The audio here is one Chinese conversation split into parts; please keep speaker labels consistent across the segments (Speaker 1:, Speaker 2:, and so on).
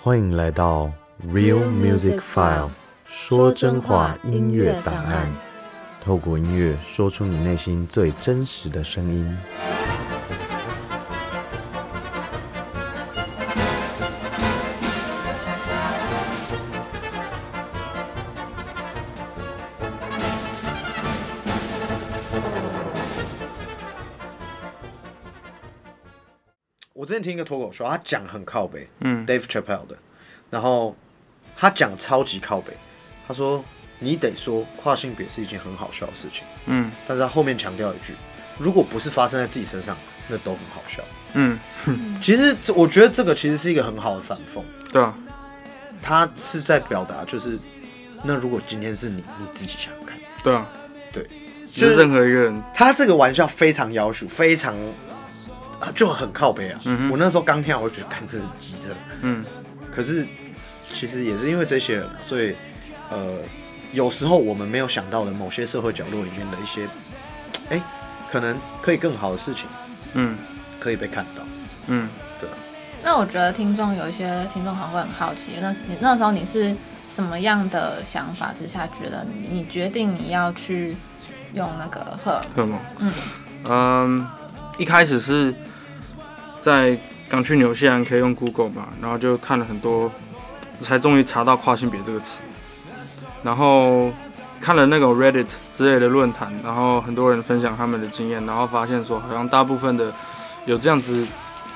Speaker 1: 欢迎来到 Real Music File，说真话音乐档案，透过音乐说出你内心最真实的声音。我之前听一个脱口秀，他讲很靠北，嗯，Dave Chappelle 的，然后他讲超级靠北，他说你得说跨性别是一件很好笑的事情，
Speaker 2: 嗯
Speaker 1: 但是他后面强调一句，如果不是发生在自己身上，那都很好笑。
Speaker 2: 嗯，
Speaker 1: 其实这我觉得这个其实是一个很好的反讽，
Speaker 2: 对啊，
Speaker 1: 他是在表达就是，那如果今天是你，你自己想想看，
Speaker 2: 对啊，
Speaker 1: 对，就
Speaker 2: 就
Speaker 1: 是是
Speaker 2: 任何一个人，
Speaker 1: 他这个玩笑非常要求，非常。啊就很靠背啊！我那时候刚听，我就觉得，看，这是急着。
Speaker 2: 嗯
Speaker 1: 可是其实也是因为这些人嘛，所以呃，有时候我们没有想到的某些社会角落里面的一些，哎、可能可以更好的事情
Speaker 2: 嗯
Speaker 1: 可以被看到，
Speaker 2: 嗯，
Speaker 1: 对啊
Speaker 3: 那我觉得听众有一些听众可能会很好奇，那你那时候你是什么样的想法之下，觉得你你决定你要去用那个荷尔
Speaker 2: 荷尔蒙，嗯，一开始是在刚去纽西兰可以用 Google 嘛，然后就看了很多，才终于查到跨性别这个词，然后看了那种 Reddit 之类的论坛，然后很多人分享他们的经验，然后发现说好像大部分的有这样子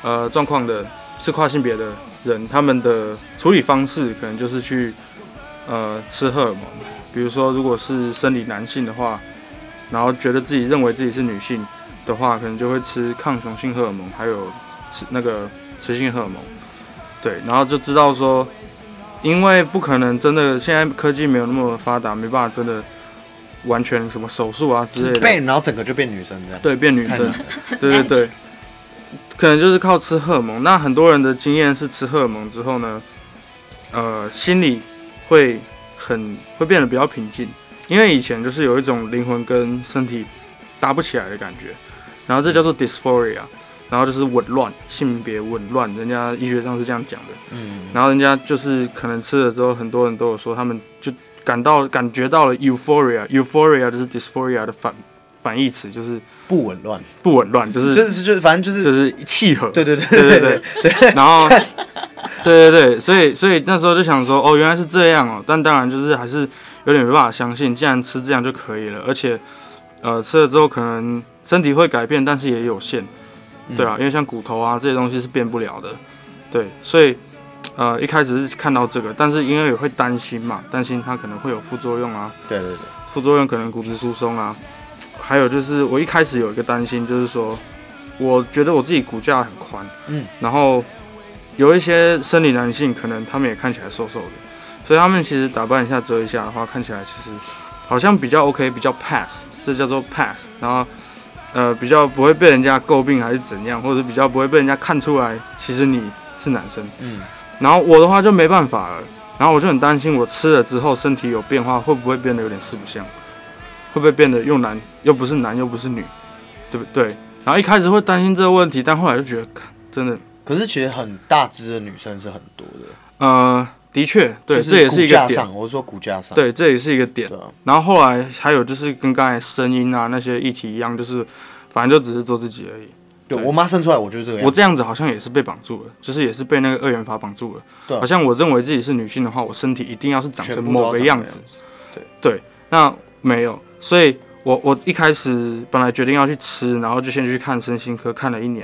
Speaker 2: 呃状况的是跨性别的人，他们的处理方式可能就是去呃吃荷尔蒙，比如说如果是生理男性的话，然后觉得自己认为自己是女性的话，可能就会吃抗雄性荷尔蒙，还有吃那个雌性荷尔蒙，对，然后就知道说，因为不可能真的现在科技没有那么发达，没办法真的完全什么手术啊之类的，
Speaker 1: 被然后整个就变女生这样，
Speaker 2: 对，变女
Speaker 1: 太
Speaker 2: 生
Speaker 1: 难，
Speaker 2: 对对对，可能就是靠吃荷尔蒙。那很多人的经验是吃荷尔蒙之后呢，呃，心里会很会变得比较平静，因为以前就是有一种灵魂跟身体搭不起来的感觉，然后这叫做 dysphoria，然后就是紊乱，性别紊乱，人家医学上是这样讲的。
Speaker 1: 嗯，
Speaker 2: 然后人家就是可能吃了之后，很多人都有说他们就感到感觉到了 euphoria，euphoria 就是 dysphoria 的反反义词，就是
Speaker 1: 不紊乱，
Speaker 2: 不紊乱，就是
Speaker 1: 就是就反正就是，
Speaker 2: 就是契合，
Speaker 1: 对对对
Speaker 2: 对
Speaker 1: 对
Speaker 2: 对对，然后对对对，所以所以那时候就想说，哦，原来是这样哦，但当然就是还是有点没办法相信，既然吃这样就可以了，而且呃吃了之后可能身体会改变，但是也有限，
Speaker 1: 嗯
Speaker 2: 对啊，因为像骨头啊这些东西是变不了的，对，所以呃一开始是看到这个，但是因为也会担心嘛，担心它可能会有副作用啊，
Speaker 1: 对对对，
Speaker 2: 副作用可能骨质疏松啊，还有就是我一开始有一个担心，就是说我觉得我自己骨架很宽，
Speaker 1: 嗯，
Speaker 2: 然后有一些生理男性可能他们也看起来瘦瘦的，所以他们其实打扮一下遮一下的话，看起来其实好像比较 OK，比较 pass，这叫做 pass，然后。呃，比较不会被人家诟病还是怎样，或者比较不会被人家看出来，其实你是男生。
Speaker 1: 嗯，
Speaker 2: 然后我的话就没办法了，然后我就很担心我吃了之后身体有变化，会不会变得有点四不像，会不会变得又男又不是男又不是女，对不对？然后一开始会担心这个问题，但后来就觉得看真的，
Speaker 1: 可是其实很大只的女生是很多的，
Speaker 2: 呃，的确，对，
Speaker 1: 就是
Speaker 2: 这也是一
Speaker 1: 骨架
Speaker 2: 个点，
Speaker 1: 上，我是说骨架上，
Speaker 2: 对，这也是一个点。
Speaker 1: 对啊，
Speaker 2: 然后后来还有就是跟刚才声音啊那些议题一样，就是反正就只是做自己而已。
Speaker 1: 对
Speaker 2: 对
Speaker 1: 我妈生出来我就是这个样
Speaker 2: 我
Speaker 1: 子，
Speaker 2: 这样子好像也是被绑住了，就是也是被那个二元法绑住了。
Speaker 1: 对啊
Speaker 2: 好像我认为自己是女性的话，我身体一定要是长
Speaker 1: 全
Speaker 2: 成
Speaker 1: 部都要
Speaker 2: 某个
Speaker 1: 长
Speaker 2: 样
Speaker 1: 那
Speaker 2: 子。
Speaker 1: 子，
Speaker 2: 那没有，所以我我一开始本来决定要去吃，然后就先去看身心科，看了一年，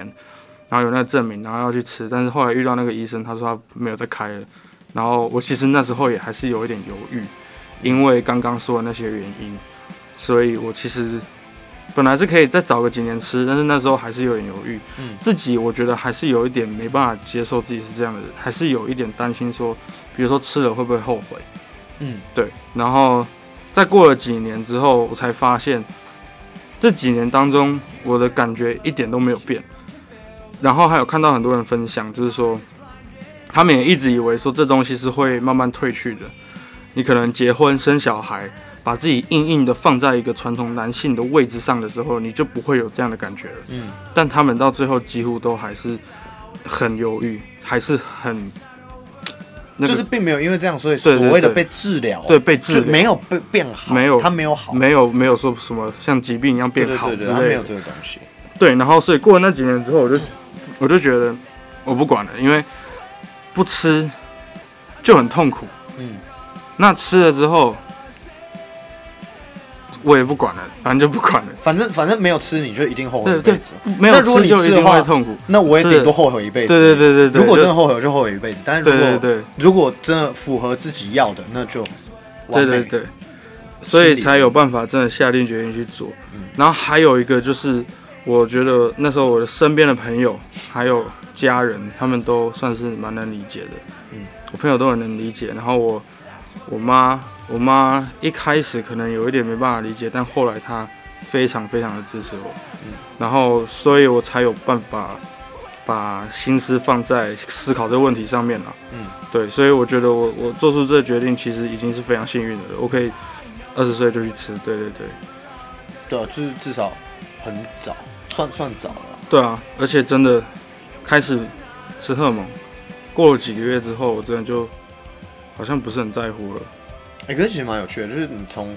Speaker 2: 然后有那个证明，然后要去吃，但是后来遇到那个医生，他说他没有再开了，然后我其实那时候也还是有一点犹豫，因为刚刚说的那些原因，所以我其实本来是可以再找个几年吃，但是那时候还是有点犹豫，
Speaker 1: 嗯
Speaker 2: 自己我觉得还是有一点没办法接受自己是这样的人，还是有一点担心说，比如说吃了会不会后悔。
Speaker 1: 嗯，
Speaker 2: 对，然后再过了几年之后，我才发现这几年当中，我的感觉一点都没有变。然后还有看到很多人分享，就是说他们也一直以为说这东西是会慢慢退去的。你可能结婚生小孩，把自己硬硬的放在一个传统男性的位置上的时候，你就不会有这样的感觉了。
Speaker 1: 嗯，
Speaker 2: 但他们到最后几乎都还是很犹豫，还是很那
Speaker 1: 就
Speaker 2: 个
Speaker 1: 是并没有因为这样，所以
Speaker 2: 对对
Speaker 1: 所谓的
Speaker 2: 对
Speaker 1: 被治疗，
Speaker 2: 对被治疗
Speaker 1: 就没有被变好，
Speaker 2: 没有
Speaker 1: 他没有好，
Speaker 2: 没有没有说什么像疾病一样
Speaker 1: 对
Speaker 2: 变
Speaker 1: 对
Speaker 2: 好
Speaker 1: 对
Speaker 2: 之
Speaker 1: 对，他没
Speaker 2: 类
Speaker 1: 有
Speaker 2: 的。
Speaker 1: 这个东西，
Speaker 2: 对，然后所以过了那几年之后，我就我就觉得我不管了，因为不吃就很痛苦。
Speaker 1: 嗯，
Speaker 2: 那吃了之后，我也不管了，反正就不管了。
Speaker 1: 反正反正没有吃你就一定后悔一
Speaker 2: 对
Speaker 1: 辈
Speaker 2: 对
Speaker 1: 子，，
Speaker 2: 没有
Speaker 1: 哦那如果
Speaker 2: 吃
Speaker 1: 你
Speaker 2: 就
Speaker 1: 吃
Speaker 2: 一
Speaker 1: 的
Speaker 2: 定
Speaker 1: 话
Speaker 2: 会痛苦。
Speaker 1: 那我也
Speaker 2: 是
Speaker 1: 顶多后悔一辈子。
Speaker 2: 对对对对对，
Speaker 1: 如果真
Speaker 2: 就
Speaker 1: 的后悔，我就后悔一辈子。但是
Speaker 2: 对
Speaker 1: 如
Speaker 2: 对
Speaker 1: 果
Speaker 2: 对
Speaker 1: 如果真的符合自己要的，那就完
Speaker 2: 对
Speaker 1: 美
Speaker 2: 对对，所以
Speaker 1: 心理
Speaker 2: 才有办法真的下定决心去做
Speaker 1: 嗯。
Speaker 2: 然后还有一个就是，我觉得那时候我的身边的朋友还有家人，他们都算是蛮能理解的。
Speaker 1: 嗯，
Speaker 2: 我朋友都很能理解。然后我我妈我妈一开始可能有一点没办法理解，但后来她非常非常的支持我。
Speaker 1: 嗯，
Speaker 2: 然后所以我才有办法把心思放在思考这个问题上面了。
Speaker 1: 嗯，
Speaker 2: 对，所以我觉得我我做出这个决定，其实已经是非常幸运的了。我可以二十岁就去吃，对对对，
Speaker 1: 对啊，就是至少很早，算算早了。
Speaker 2: 对啊，而且真的开始吃荷尔蒙，过了几个月之后，我真的就好像不是很在乎了。
Speaker 1: 哎、可是其实蛮有趣的，就是你从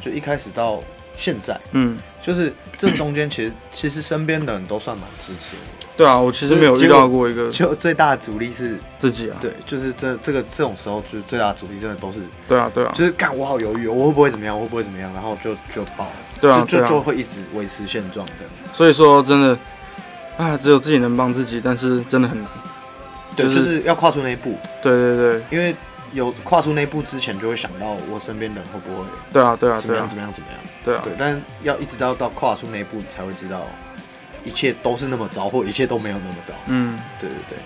Speaker 1: 就一开始到现在，
Speaker 2: 嗯，
Speaker 1: 就是这中间其实其实身边的人都算蛮支持 你
Speaker 2: 对啊，我其实没有遇到过一个
Speaker 1: 的，就最大的阻力是
Speaker 2: 自己啊，
Speaker 1: 对，就是这这个这种时候，就是最大的阻力真的都是
Speaker 2: 对啊，对啊，
Speaker 1: 就是干我好犹豫，哦我会不会怎么样，我会不会怎么样，然后就就爆了，
Speaker 2: 对啊，
Speaker 1: 就
Speaker 2: 对
Speaker 1: 就就
Speaker 2: 啊。
Speaker 1: 会一直维持现状的。
Speaker 2: 所以说，真的啊，只有自己能帮自己，但是真的很难。
Speaker 1: 对，
Speaker 2: 就是
Speaker 1: 就是要跨出那一步，
Speaker 2: 对对对，
Speaker 1: 因为有跨出那一步之前，就会想到我身边人会不会
Speaker 2: 对啊，对啊，
Speaker 1: 怎么
Speaker 2: 对
Speaker 1: 样
Speaker 2: 啊，
Speaker 1: 怎么样怎么样。
Speaker 2: 对啊，
Speaker 1: 对，但要一直到到跨出那一步，你才会知道一切都是那么糟，或一切都没有那么糟。
Speaker 2: 嗯。
Speaker 1: 对对对，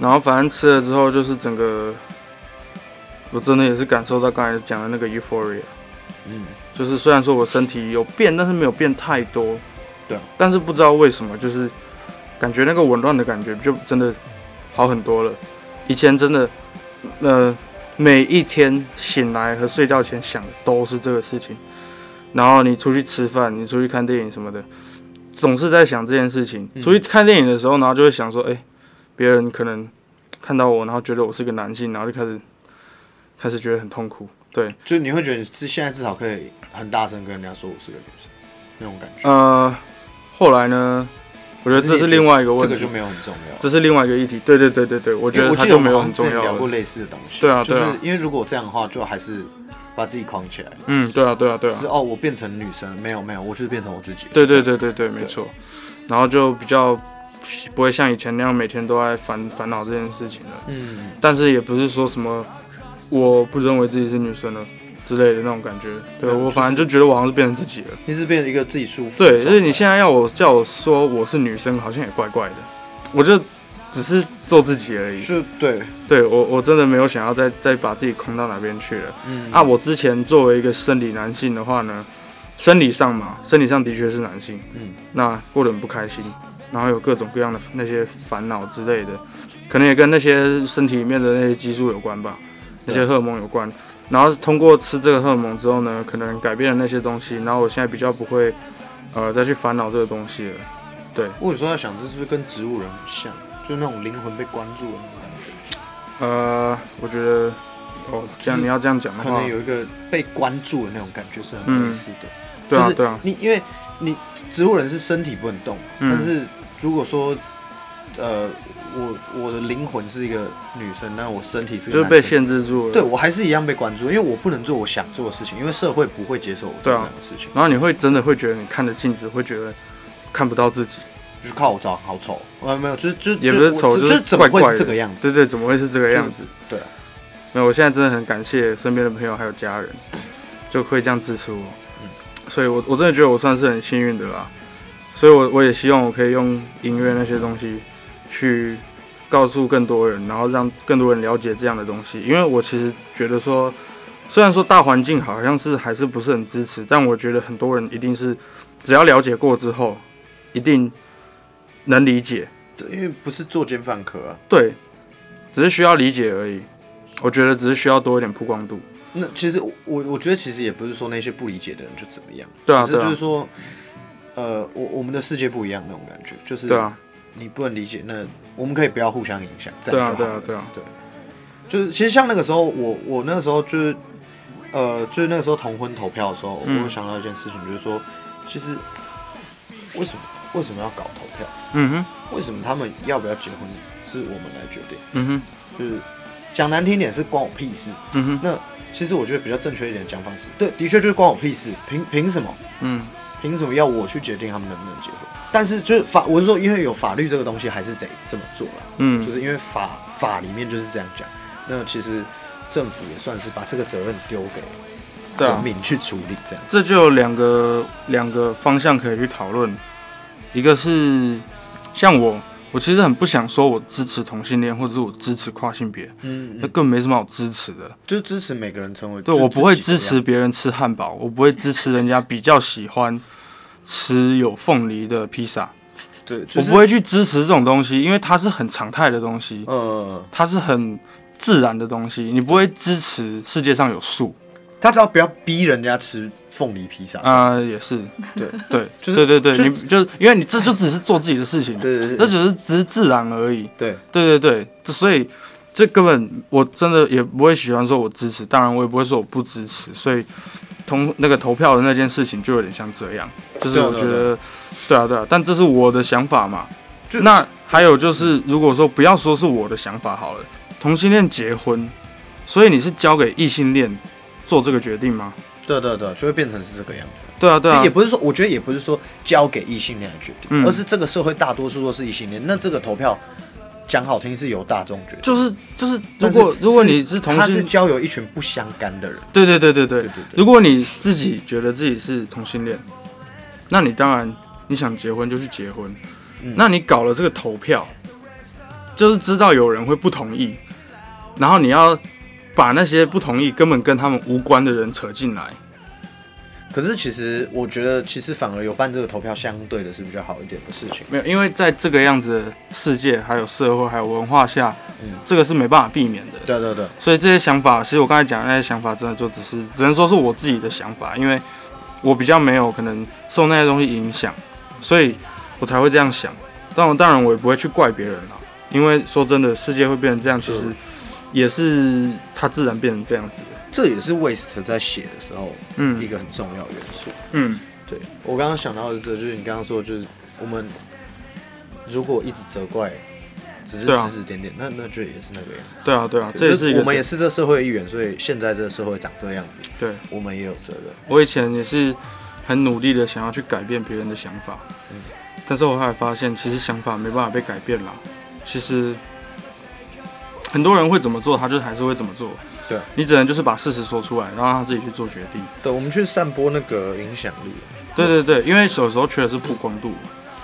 Speaker 2: 然后反正吃了之后，就是整个，我真的也是感受到刚才讲的那个 euphoria，
Speaker 1: 嗯，
Speaker 2: 就是虽然说我身体有变，但是没有变太多。
Speaker 1: 对啊
Speaker 2: 但是不知道为什么，就是感觉那个紊乱的感觉就真的好很多了。以前真的，呃，每一天醒来和睡觉前想的都是这个事情，然后你出去吃饭，你出去看电影什么的，总是在想这件事情。
Speaker 1: 嗯
Speaker 2: 出去看电影的时候，然后就会想说，哎、别人可能看到我，然后觉得我是个男性，然后就开始开始觉得很痛苦。对，
Speaker 1: 就你会觉得你是现在至少可以很大声跟人家说我是个女生那种感觉，
Speaker 2: 呃，后来呢，我觉得这是另外一个
Speaker 1: 这
Speaker 2: 问
Speaker 1: 个
Speaker 2: 题，
Speaker 1: 就没有很重要。
Speaker 2: 这是另外一个议题。对对对对对，我觉
Speaker 1: 因为
Speaker 2: 得
Speaker 1: 我
Speaker 2: 它
Speaker 1: 记得
Speaker 2: 就
Speaker 1: 我
Speaker 2: 没
Speaker 1: 们
Speaker 2: 有
Speaker 1: 好
Speaker 2: 很
Speaker 1: 像之
Speaker 2: 重
Speaker 1: 前
Speaker 2: 要
Speaker 1: 聊过
Speaker 2: 了。
Speaker 1: 类似的东西，
Speaker 2: 对啊
Speaker 1: 就
Speaker 2: 对啊
Speaker 1: 是因为如果这样的话，就还是把自己框起来，
Speaker 2: 嗯，对啊对啊对
Speaker 1: 就
Speaker 2: 啊
Speaker 1: 是，哦，我变成女生，没有没有，我就是变啊成我自己。
Speaker 2: 对对，对对对，没错。然后就比较不会像以前那样每天都在烦烦恼这件事情了，
Speaker 1: 嗯，
Speaker 2: 但是也不是说什么我不认为自己是女生了。之类的那种感觉，
Speaker 1: 没
Speaker 2: 对
Speaker 1: 有
Speaker 2: 我
Speaker 1: 就是
Speaker 2: 反正就觉得我好像是变成自己了。
Speaker 1: 你是变成一个自己舒服的状
Speaker 2: 对，
Speaker 1: 态。
Speaker 2: 就是你现在要我叫我说我是女生，好像也怪怪的。我就只是做自己而已。
Speaker 1: 是对，
Speaker 2: 对我，我真的没有想要再再把自己空到哪边去了。
Speaker 1: 嗯
Speaker 2: 啊，我之前作为一个生理男性的话呢，生理上嘛，生理上的确是男性，
Speaker 1: 嗯，
Speaker 2: 那过得很不开心，然后有各种各样的那些烦恼之类的，可能也跟那些身体里面的那些激素有关吧，那些荷尔蒙有关。然后通过吃这个荷尔蒙之后呢，可能改变了那些东西，然后我现在比较不会，呃，再去烦恼这个东西了。
Speaker 1: 我有时候在想，这是不是跟植物人很像，就是那种灵魂被关注的那种感觉，
Speaker 2: 呃，我觉得，哦，这
Speaker 1: 就
Speaker 2: 样
Speaker 1: 是
Speaker 2: 你要这样讲的
Speaker 1: 可
Speaker 2: 话
Speaker 1: 能，有一个被关注的那种感觉是很类似的。
Speaker 2: 对啊
Speaker 1: 就，是
Speaker 2: 对啊，
Speaker 1: 你因为你植物人是身体不能动，
Speaker 2: 嗯
Speaker 1: 但是如果说呃我我的灵魂是一个女生，那我身体是
Speaker 2: 就
Speaker 1: 个
Speaker 2: 是被
Speaker 1: 男生。
Speaker 2: 限制住了。
Speaker 1: 对，我还是一样被关注，因为我不能做我想做的事情，因为社会不会接受我做
Speaker 2: 对
Speaker 1: 这
Speaker 2: 啊
Speaker 1: 样的事情，
Speaker 2: 然后你会真的会觉得你看着镜子会觉得看不到自己，
Speaker 1: 就是靠我长得好丑，呃没有，就是就
Speaker 2: 也不是
Speaker 1: 就
Speaker 2: 丑
Speaker 1: 我就
Speaker 2: 就是
Speaker 1: 怎么会
Speaker 2: 怪怪
Speaker 1: 是这
Speaker 2: 的
Speaker 1: 个样
Speaker 2: 对
Speaker 1: 子？
Speaker 2: 对，怎么会是这个样子？
Speaker 1: 对啊，
Speaker 2: 没有，我现在真的很感谢身边的朋友还有 家人，就会这样支持我，
Speaker 1: 嗯
Speaker 2: 所以我我真的觉得我算是很幸运的啦，所以我我也希望我可以用音乐那些东西去告诉更多人，然后让更多人了解这样的东西，因为我其实觉得说，虽然说大环境好像是还是不是很支持，但我觉得很多人一定是只要了解过之后，一定能理解，
Speaker 1: 对因为不是作奸犯科啊。
Speaker 2: 对，只是需要理解而已。我觉得只是需要多一点曝光度。
Speaker 1: 那其实我我我觉得其实也不是说那些不理解的人就怎么样，
Speaker 2: 对啊
Speaker 1: 只是
Speaker 2: 对啊
Speaker 1: 就是说，呃，我我们的世界不一样那种感觉，就是
Speaker 2: 对啊，
Speaker 1: 你不能理解，那我们可以不要互相影响，这
Speaker 2: 对
Speaker 1: 样
Speaker 2: 啊
Speaker 1: 就好了
Speaker 2: 对啊对啊
Speaker 1: 对就是其实像那个时候，我我那个时候就是，呃，就是那个时候同婚投票的时候，
Speaker 2: 嗯
Speaker 1: 我有想到一件事情，就是说，其实为什么为什么要搞投票？
Speaker 2: 嗯哼，
Speaker 1: 为什么他们要不要结婚是我们来决定？
Speaker 2: 嗯哼，
Speaker 1: 就是讲难听点是关我屁事。
Speaker 2: 嗯哼，
Speaker 1: 那其实我觉得比较正确一点的讲法是，对，的确就是关我屁事，凭凭什么？
Speaker 2: 嗯
Speaker 1: 凭什么要我去决定他们能不能结婚？但是就是法，我是说，因为有法律这个东西，还是得这么做啦。就
Speaker 2: 嗯
Speaker 1: 是因为法法里面就是这样讲。那其实政府也算是把这个责任丢给
Speaker 2: 对啊
Speaker 1: 人民去处理，这样。
Speaker 2: 这就有两个两个方向可以去讨论，一个是像我，我其实很不想说我支持同性恋，或者是我支持跨性别，
Speaker 1: 嗯，
Speaker 2: 那更没什么好支持的。
Speaker 1: 就是支持每个人成为
Speaker 2: 对
Speaker 1: 自
Speaker 2: 我不会
Speaker 1: 自己的
Speaker 2: 支持
Speaker 1: 样子
Speaker 2: 别人吃汉堡，我不会支持人家比较喜欢吃有凤梨的披萨，
Speaker 1: 对，就
Speaker 2: 我
Speaker 1: 是
Speaker 2: 不会去支持这种东西，因为它是很常态的东西，
Speaker 1: 呃，
Speaker 2: 它是很自然的东西，你不会支持世界上有树，
Speaker 1: 他只要不要逼人家吃凤梨披萨。
Speaker 2: 啊、也是，
Speaker 1: 对
Speaker 2: 对，
Speaker 1: 就是
Speaker 2: 对对
Speaker 1: 就
Speaker 2: 对，你就因为你这就只是做自己的事情，
Speaker 1: 对对
Speaker 2: 这
Speaker 1: 对
Speaker 2: 只是只是自然而已，
Speaker 1: 对，
Speaker 2: 对对对，这所以这根本我真的也不会喜欢说我支持，当然我也不会说我不支持，所以同那个投票的那件事情就有点像这样，就是
Speaker 1: 对啊
Speaker 2: 我
Speaker 1: 对啊
Speaker 2: 觉得，对啊对啊，但这是我的想法嘛。
Speaker 1: 就
Speaker 2: 那还有就是，如果说不要说是我的想法好了，同性恋结婚，所以你是交给异性恋做这个决定吗？
Speaker 1: 对对对，就会变成是这个样子。
Speaker 2: 对啊对啊
Speaker 1: 就也，不是说，我觉得也不是说交给异性恋来决定，
Speaker 2: 嗯
Speaker 1: 而是这个社会大多数都是异性恋。那这个投票讲好听是由大众决定，
Speaker 2: 就是就是，如
Speaker 1: 但是
Speaker 2: 果如果
Speaker 1: 是
Speaker 2: 你是同
Speaker 1: 他是
Speaker 2: 性，
Speaker 1: 交由一群不相干的人。
Speaker 2: 对对对对对
Speaker 1: 对，对对，
Speaker 2: 如果你自己觉得自己是同性恋，那你当然你想结婚就去结婚。
Speaker 1: 嗯
Speaker 2: 那你搞了这个投票，就是知道有人会不同意，然后你要把那些不同意根本跟他们无关的人扯进来。
Speaker 1: 可是其实我觉得，其实反而有办这个投票，相对的是比较好一点的事情。
Speaker 2: 没有，因为在这个样子的世界、还有社会、还有文化下，
Speaker 1: 嗯
Speaker 2: 这个是没办法避免的。
Speaker 1: 对对对，
Speaker 2: 所以这些想法，其实我刚才讲的那些想法，真的就只是只能说是我自己的想法，因为我比较没有可能受那些东西影响，所以我才会这样想。但我当然我也不会去怪别人了，因为说真的，世界会变成这样，其实也是它自然变成这样子的。
Speaker 1: 这也是 Waste 在写的时候一
Speaker 2: 嗯
Speaker 1: 个很重要的元素。
Speaker 2: 嗯
Speaker 1: 对我刚刚想到的是这，就是你刚刚说，的就是我们如果一直责怪，只是
Speaker 2: 对啊
Speaker 1: 指指点点，那那就也是那个样子。
Speaker 2: 对啊对啊，这也
Speaker 1: 就是
Speaker 2: 一个
Speaker 1: 我们也是这社会的一员，所以现在这个社会长这个样子，
Speaker 2: 对
Speaker 1: 我们也有责任。
Speaker 2: 我以前也是很努力的想要去改变别人的想法
Speaker 1: 嗯，
Speaker 2: 但是我后来发现，其实想法没办法被改变啦。其实很多人会怎么做，他就还是会怎么做。
Speaker 1: 对，
Speaker 2: 你只能就是把事实说出来，然后让他自己去做决定。
Speaker 1: 对，我们去散播那个影响力。
Speaker 2: 对对对，因为有时候缺的是曝光度，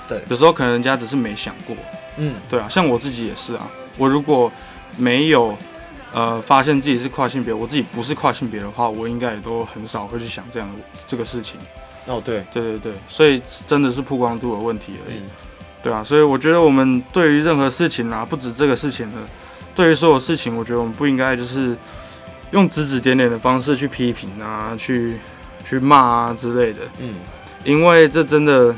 Speaker 1: 对
Speaker 2: 有时候可能人家只是没想过。
Speaker 1: 嗯，
Speaker 2: 对啊，像我自己也是啊，我如果没有呃发现自己是跨性别，我自己不是跨性别的话，我应该也都很少会去想这样的这个事情。
Speaker 1: 哦对，
Speaker 2: 对对对，所以真的是曝光度的问题而已。
Speaker 1: 嗯
Speaker 2: 对啊，所以我觉得我们对于任何事情啊，不止这个事情了，对于所有事情，我觉得我们不应该就是用指指点点的方式去批评啊，去去骂啊之类的，
Speaker 1: 嗯，
Speaker 2: 因为这真的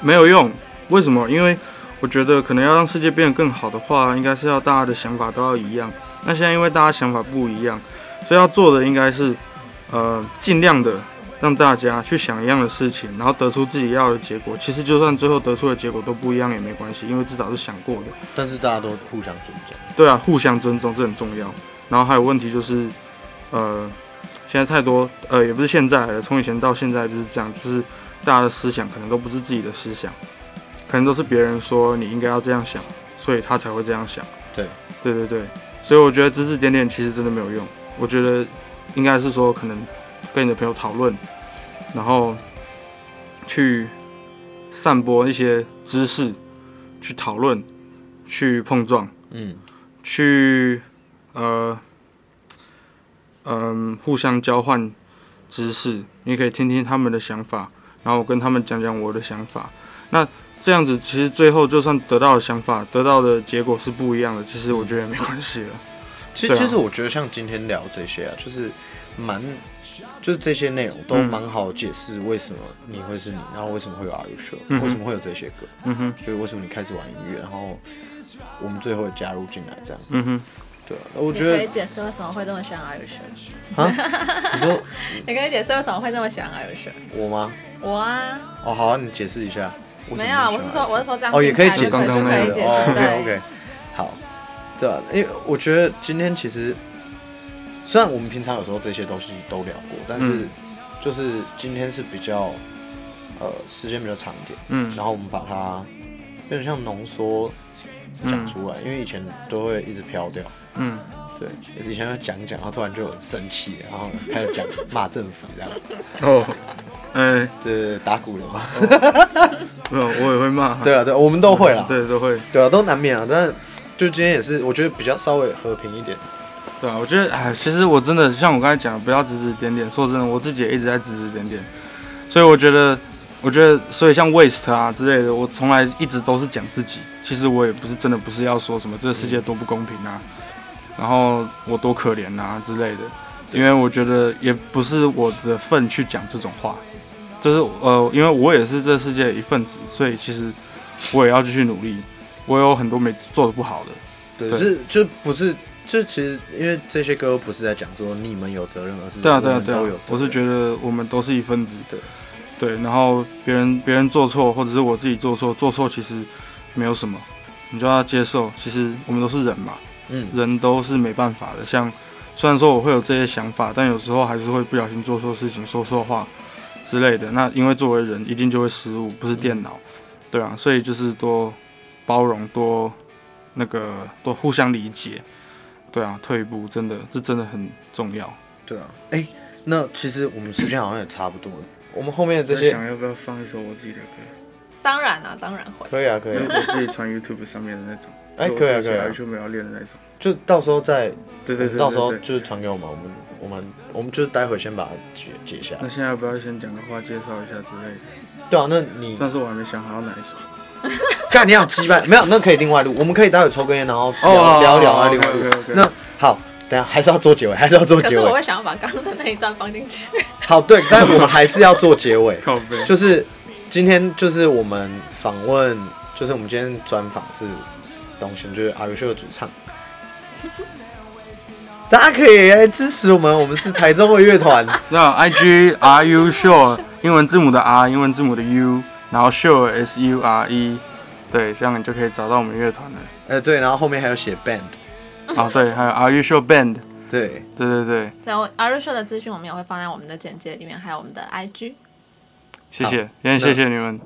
Speaker 2: 没有用。为什么？因为我觉得可能要让世界变得更好的话，应该是要大家的想法都要一样。那现在因为大家想法不一样，所以要做的应该是，呃，尽量的让大家去想一样的事情，然后得出自己要的结果。其实就算最后得出的结果都不一样也没关系，因为至少是想过的。
Speaker 1: 但是大家都互相尊重。
Speaker 2: 对啊，互相尊重这很重要。然后还有问题就是，呃，现在太多，呃，也不是现在了，从以前到现在就是这样，就是大家的思想可能都不是自己的思想，可能都是别人说你应该要这样想，所以他才会这样想。
Speaker 1: 对，
Speaker 2: 对对对，所以我觉得指指点点其实真的没有用。我觉得应该是说，可能跟你的朋友讨论，然后去散播一些知识，去讨论，去碰撞。
Speaker 1: 嗯，
Speaker 2: 去呃嗯、互相交换知识，你可以听听他们的想法，然后我跟他们讲讲我的想法。那这样子其实最后就算得到的想法、得到的结果是不一样的，其实我觉得也没关系了。
Speaker 1: 其实、
Speaker 2: 对啊
Speaker 1: 其实我觉得像今天聊这些啊，就是蛮，就是这些内容都
Speaker 2: 嗯
Speaker 1: 蛮好解释为什么你会是你，然后为什么会有 Are You Sure，、
Speaker 2: 嗯哼
Speaker 1: 为什么会有这些歌，
Speaker 2: 嗯哼，
Speaker 1: 就是为什么你开始玩音乐，然后我们最后加入进来这样。
Speaker 2: 嗯哼，
Speaker 1: 对啊，我
Speaker 3: 你
Speaker 1: 觉
Speaker 3: 可
Speaker 1: 得
Speaker 3: 以解释为什么会这么喜欢 Irish？
Speaker 1: 你说
Speaker 3: 你可以解释为什么会这么喜欢 Irish？
Speaker 1: 我吗？
Speaker 3: 我啊，
Speaker 1: 哦，好啊，你解释一下。为什么
Speaker 3: 没有啊，
Speaker 1: 你
Speaker 3: 我
Speaker 1: 喜
Speaker 3: 是
Speaker 1: 欢
Speaker 3: 说我是说这样
Speaker 1: 哦，也可以解
Speaker 3: 听起来
Speaker 2: 就
Speaker 1: 释，
Speaker 2: 刚刚
Speaker 3: 是可以解
Speaker 1: 哦
Speaker 3: 释，
Speaker 1: ，OK
Speaker 3: 对
Speaker 1: OK，好，对啊，因为我觉得今天其实虽然我们平常有时候这些东西都聊过，但是
Speaker 2: 嗯
Speaker 1: 就是今天是比较呃时间比较长一点，
Speaker 2: 嗯
Speaker 1: 然后我们把它有点像浓缩
Speaker 3: 嗯
Speaker 1: 讲出来，因为以前都会一直飘掉。
Speaker 2: 嗯，
Speaker 1: 对，以前会讲一讲，然后突然就很生气，然后开始讲骂政府这样，
Speaker 2: 哦，哎，
Speaker 1: 这打鼓 了嘛？
Speaker 3: 哦
Speaker 2: 没有，我也会骂，
Speaker 1: 对啊，对啊，我们都会啦。
Speaker 2: 对，都会，
Speaker 1: 对啊，都难免啊，但就今天也是，我觉得比较稍微和平一点。
Speaker 2: 对啊，我觉得，哎，其实我真的像我刚才讲，不要指指点点。说真的，我自己也一直在指指点点，所以我觉得，我觉得，所以像 waste 啊之类的，我从来一直都是讲自己。其实我也不是真的不是要说什么这个世界多不公平啊，然后我多可怜啊之类的，因为我觉得也不是我的份去讲这种话，就是呃，因为我也是这世界的一份子，所以其实我也要继续努力。我有很多没做的不好的，
Speaker 1: 对，
Speaker 2: 对
Speaker 1: 是就不是，就其实因为这些歌不是在讲说你们有责任，而是
Speaker 2: 对啊，
Speaker 1: 我
Speaker 2: 对啊，
Speaker 1: 们
Speaker 2: 对啊
Speaker 1: 都有责任。，
Speaker 2: 我是觉得我们都是一分子，
Speaker 1: 对，
Speaker 2: 对，然后别人别人做错，或者是我自己做错，做错其实没有什么，你就要接受，其实我们都是人嘛，
Speaker 1: 嗯，
Speaker 2: 人都是没办法的。像虽然说我会有这些想法，但有时候还是会不小心做错事情、说错话之类的。那因为作为人，一定就会失误，不是电脑，
Speaker 1: 嗯
Speaker 2: 对啊，所以就是多包容，多那个多互相理解，对啊，退一步真的这真的很重要。
Speaker 1: 对啊。哎、那其实我们时间好像也差不多了，我们后面的这些
Speaker 2: 要不要放一首我自己的歌，
Speaker 3: 当然啊，当然会。
Speaker 1: 可以啊，可以啊、
Speaker 2: 我自己传 YouTube 上面的那 种，
Speaker 1: 哎可以啊可以啊
Speaker 2: 没有练的那种。
Speaker 1: 就到时候再，
Speaker 2: 对
Speaker 1: 到时候就是传给我们，我们我们我们就是待会先把它解解下来。
Speaker 2: 现在要不要先讲个话介绍一下之类的？
Speaker 1: 对啊，那你
Speaker 2: 但是我还没想好要哪一首。
Speaker 1: 干你好鸡巴，没有，那可以另外录，我们可以待会抽根烟，然后聊、
Speaker 2: 哦
Speaker 1: 聊一聊，
Speaker 2: 哦
Speaker 1: 然后另外录。
Speaker 2: OK，OK，OK
Speaker 1: 那好，等一下还是要做结尾，还是要做
Speaker 3: 可
Speaker 1: 结
Speaker 3: 是我
Speaker 1: 尾。
Speaker 3: 会想要把刚刚的那一段放 进去。
Speaker 1: 好，对，但我们还是要做结尾。
Speaker 2: 靠背
Speaker 1: 就是今天就是我们访问，就是我们今天专访是董璇，就是阿 r 秀的主唱。 大家可以来支持我们，我们是台中的乐团。
Speaker 2: 那 I G R U Sure 英文字母的 R，英文字母的 U，然后 Sure S U R E，对，这样你就可以找到我们乐团 了。
Speaker 1: 呃，对，然后后面还有写 band，
Speaker 2: 啊，对，还有 Are You Sure Band，
Speaker 1: 对，
Speaker 2: 对对对，
Speaker 3: 对，我 Irish 的资讯我们也会放在我们的简介里面，还有我们的 IG。
Speaker 2: 谢谢，今天谢谢你们，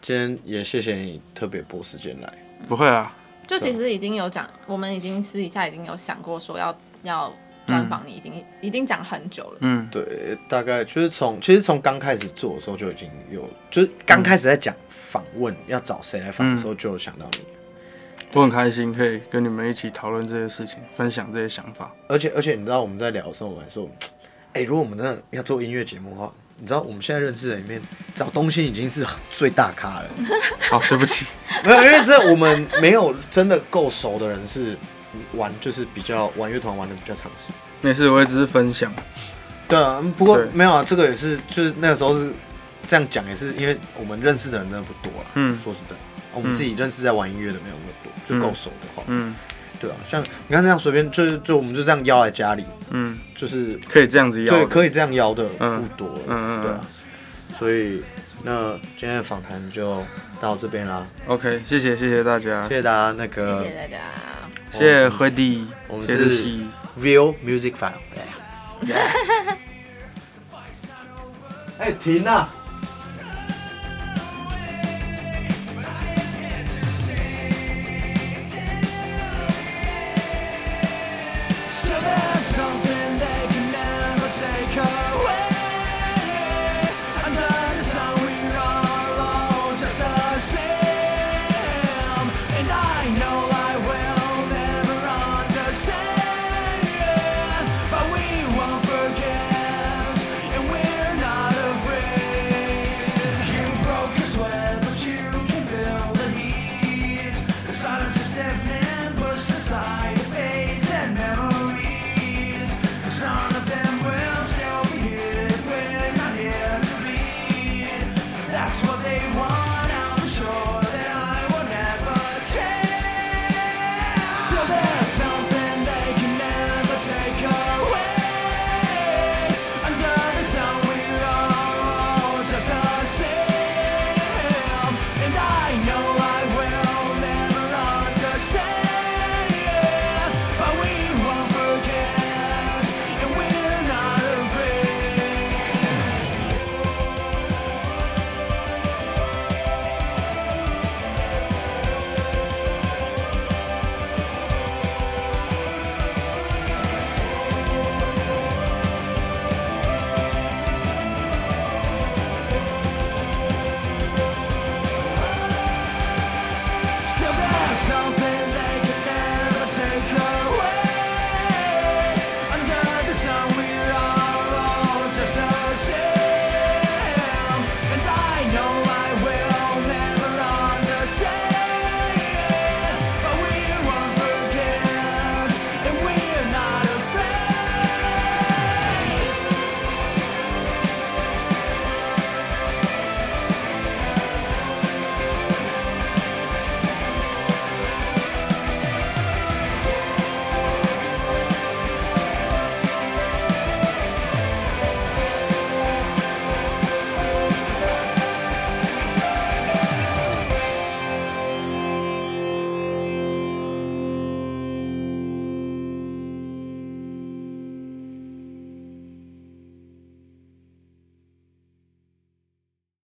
Speaker 1: 今天也谢谢你特别拨时间来。
Speaker 2: 不会啊，
Speaker 3: 就其实已经有讲，我们已经私底下已经有想过说要要专访你，已经、已经讲很久了。
Speaker 2: 嗯，
Speaker 1: 对，大概就是从其实从刚开始做的时候就已经有，就是刚开始在讲访问、要找谁来访的时候就有想到你，
Speaker 2: 我很开心可以跟你们一起讨论这些事情，分享这些想法。
Speaker 1: 而且而且你知道我们在聊的时候，我还说，哎、如果我们真的要做音乐节目的话，你知道我们现在认识的里面找东西已经是最大咖了，
Speaker 2: 好，对不起，
Speaker 1: 没有，因为这我们没有真的够熟的人是玩就是比较玩乐团玩的比较长时间。
Speaker 2: 没事，我也只是分享。
Speaker 1: 对啊，不过
Speaker 2: 对
Speaker 1: 没有啊，这个也是，就是那个时候是这样讲，也是因为我们认识的人真的不多了。
Speaker 2: 嗯
Speaker 1: 说实在，啊我们自己认识在玩音乐的没有那么多，就够熟的话，
Speaker 2: 嗯
Speaker 1: 对啊，像你看这样随便，就是就我们就这样邀来家里，
Speaker 2: 嗯，
Speaker 1: 就是
Speaker 2: 可以这样子要
Speaker 1: 对
Speaker 2: 的，
Speaker 1: 可以这样邀的
Speaker 2: 嗯
Speaker 1: 不多了，
Speaker 2: 嗯嗯
Speaker 1: 对啊，所以那今天的访谈就到这边啦，
Speaker 2: OK，谢谢谢谢大家
Speaker 1: 谢，谢大家，那个
Speaker 3: 谢谢大家，
Speaker 2: 谢谢辉弟
Speaker 1: 我，们
Speaker 2: 谢
Speaker 1: 是
Speaker 2: 谢西，
Speaker 1: Real Music File，哎，停啊！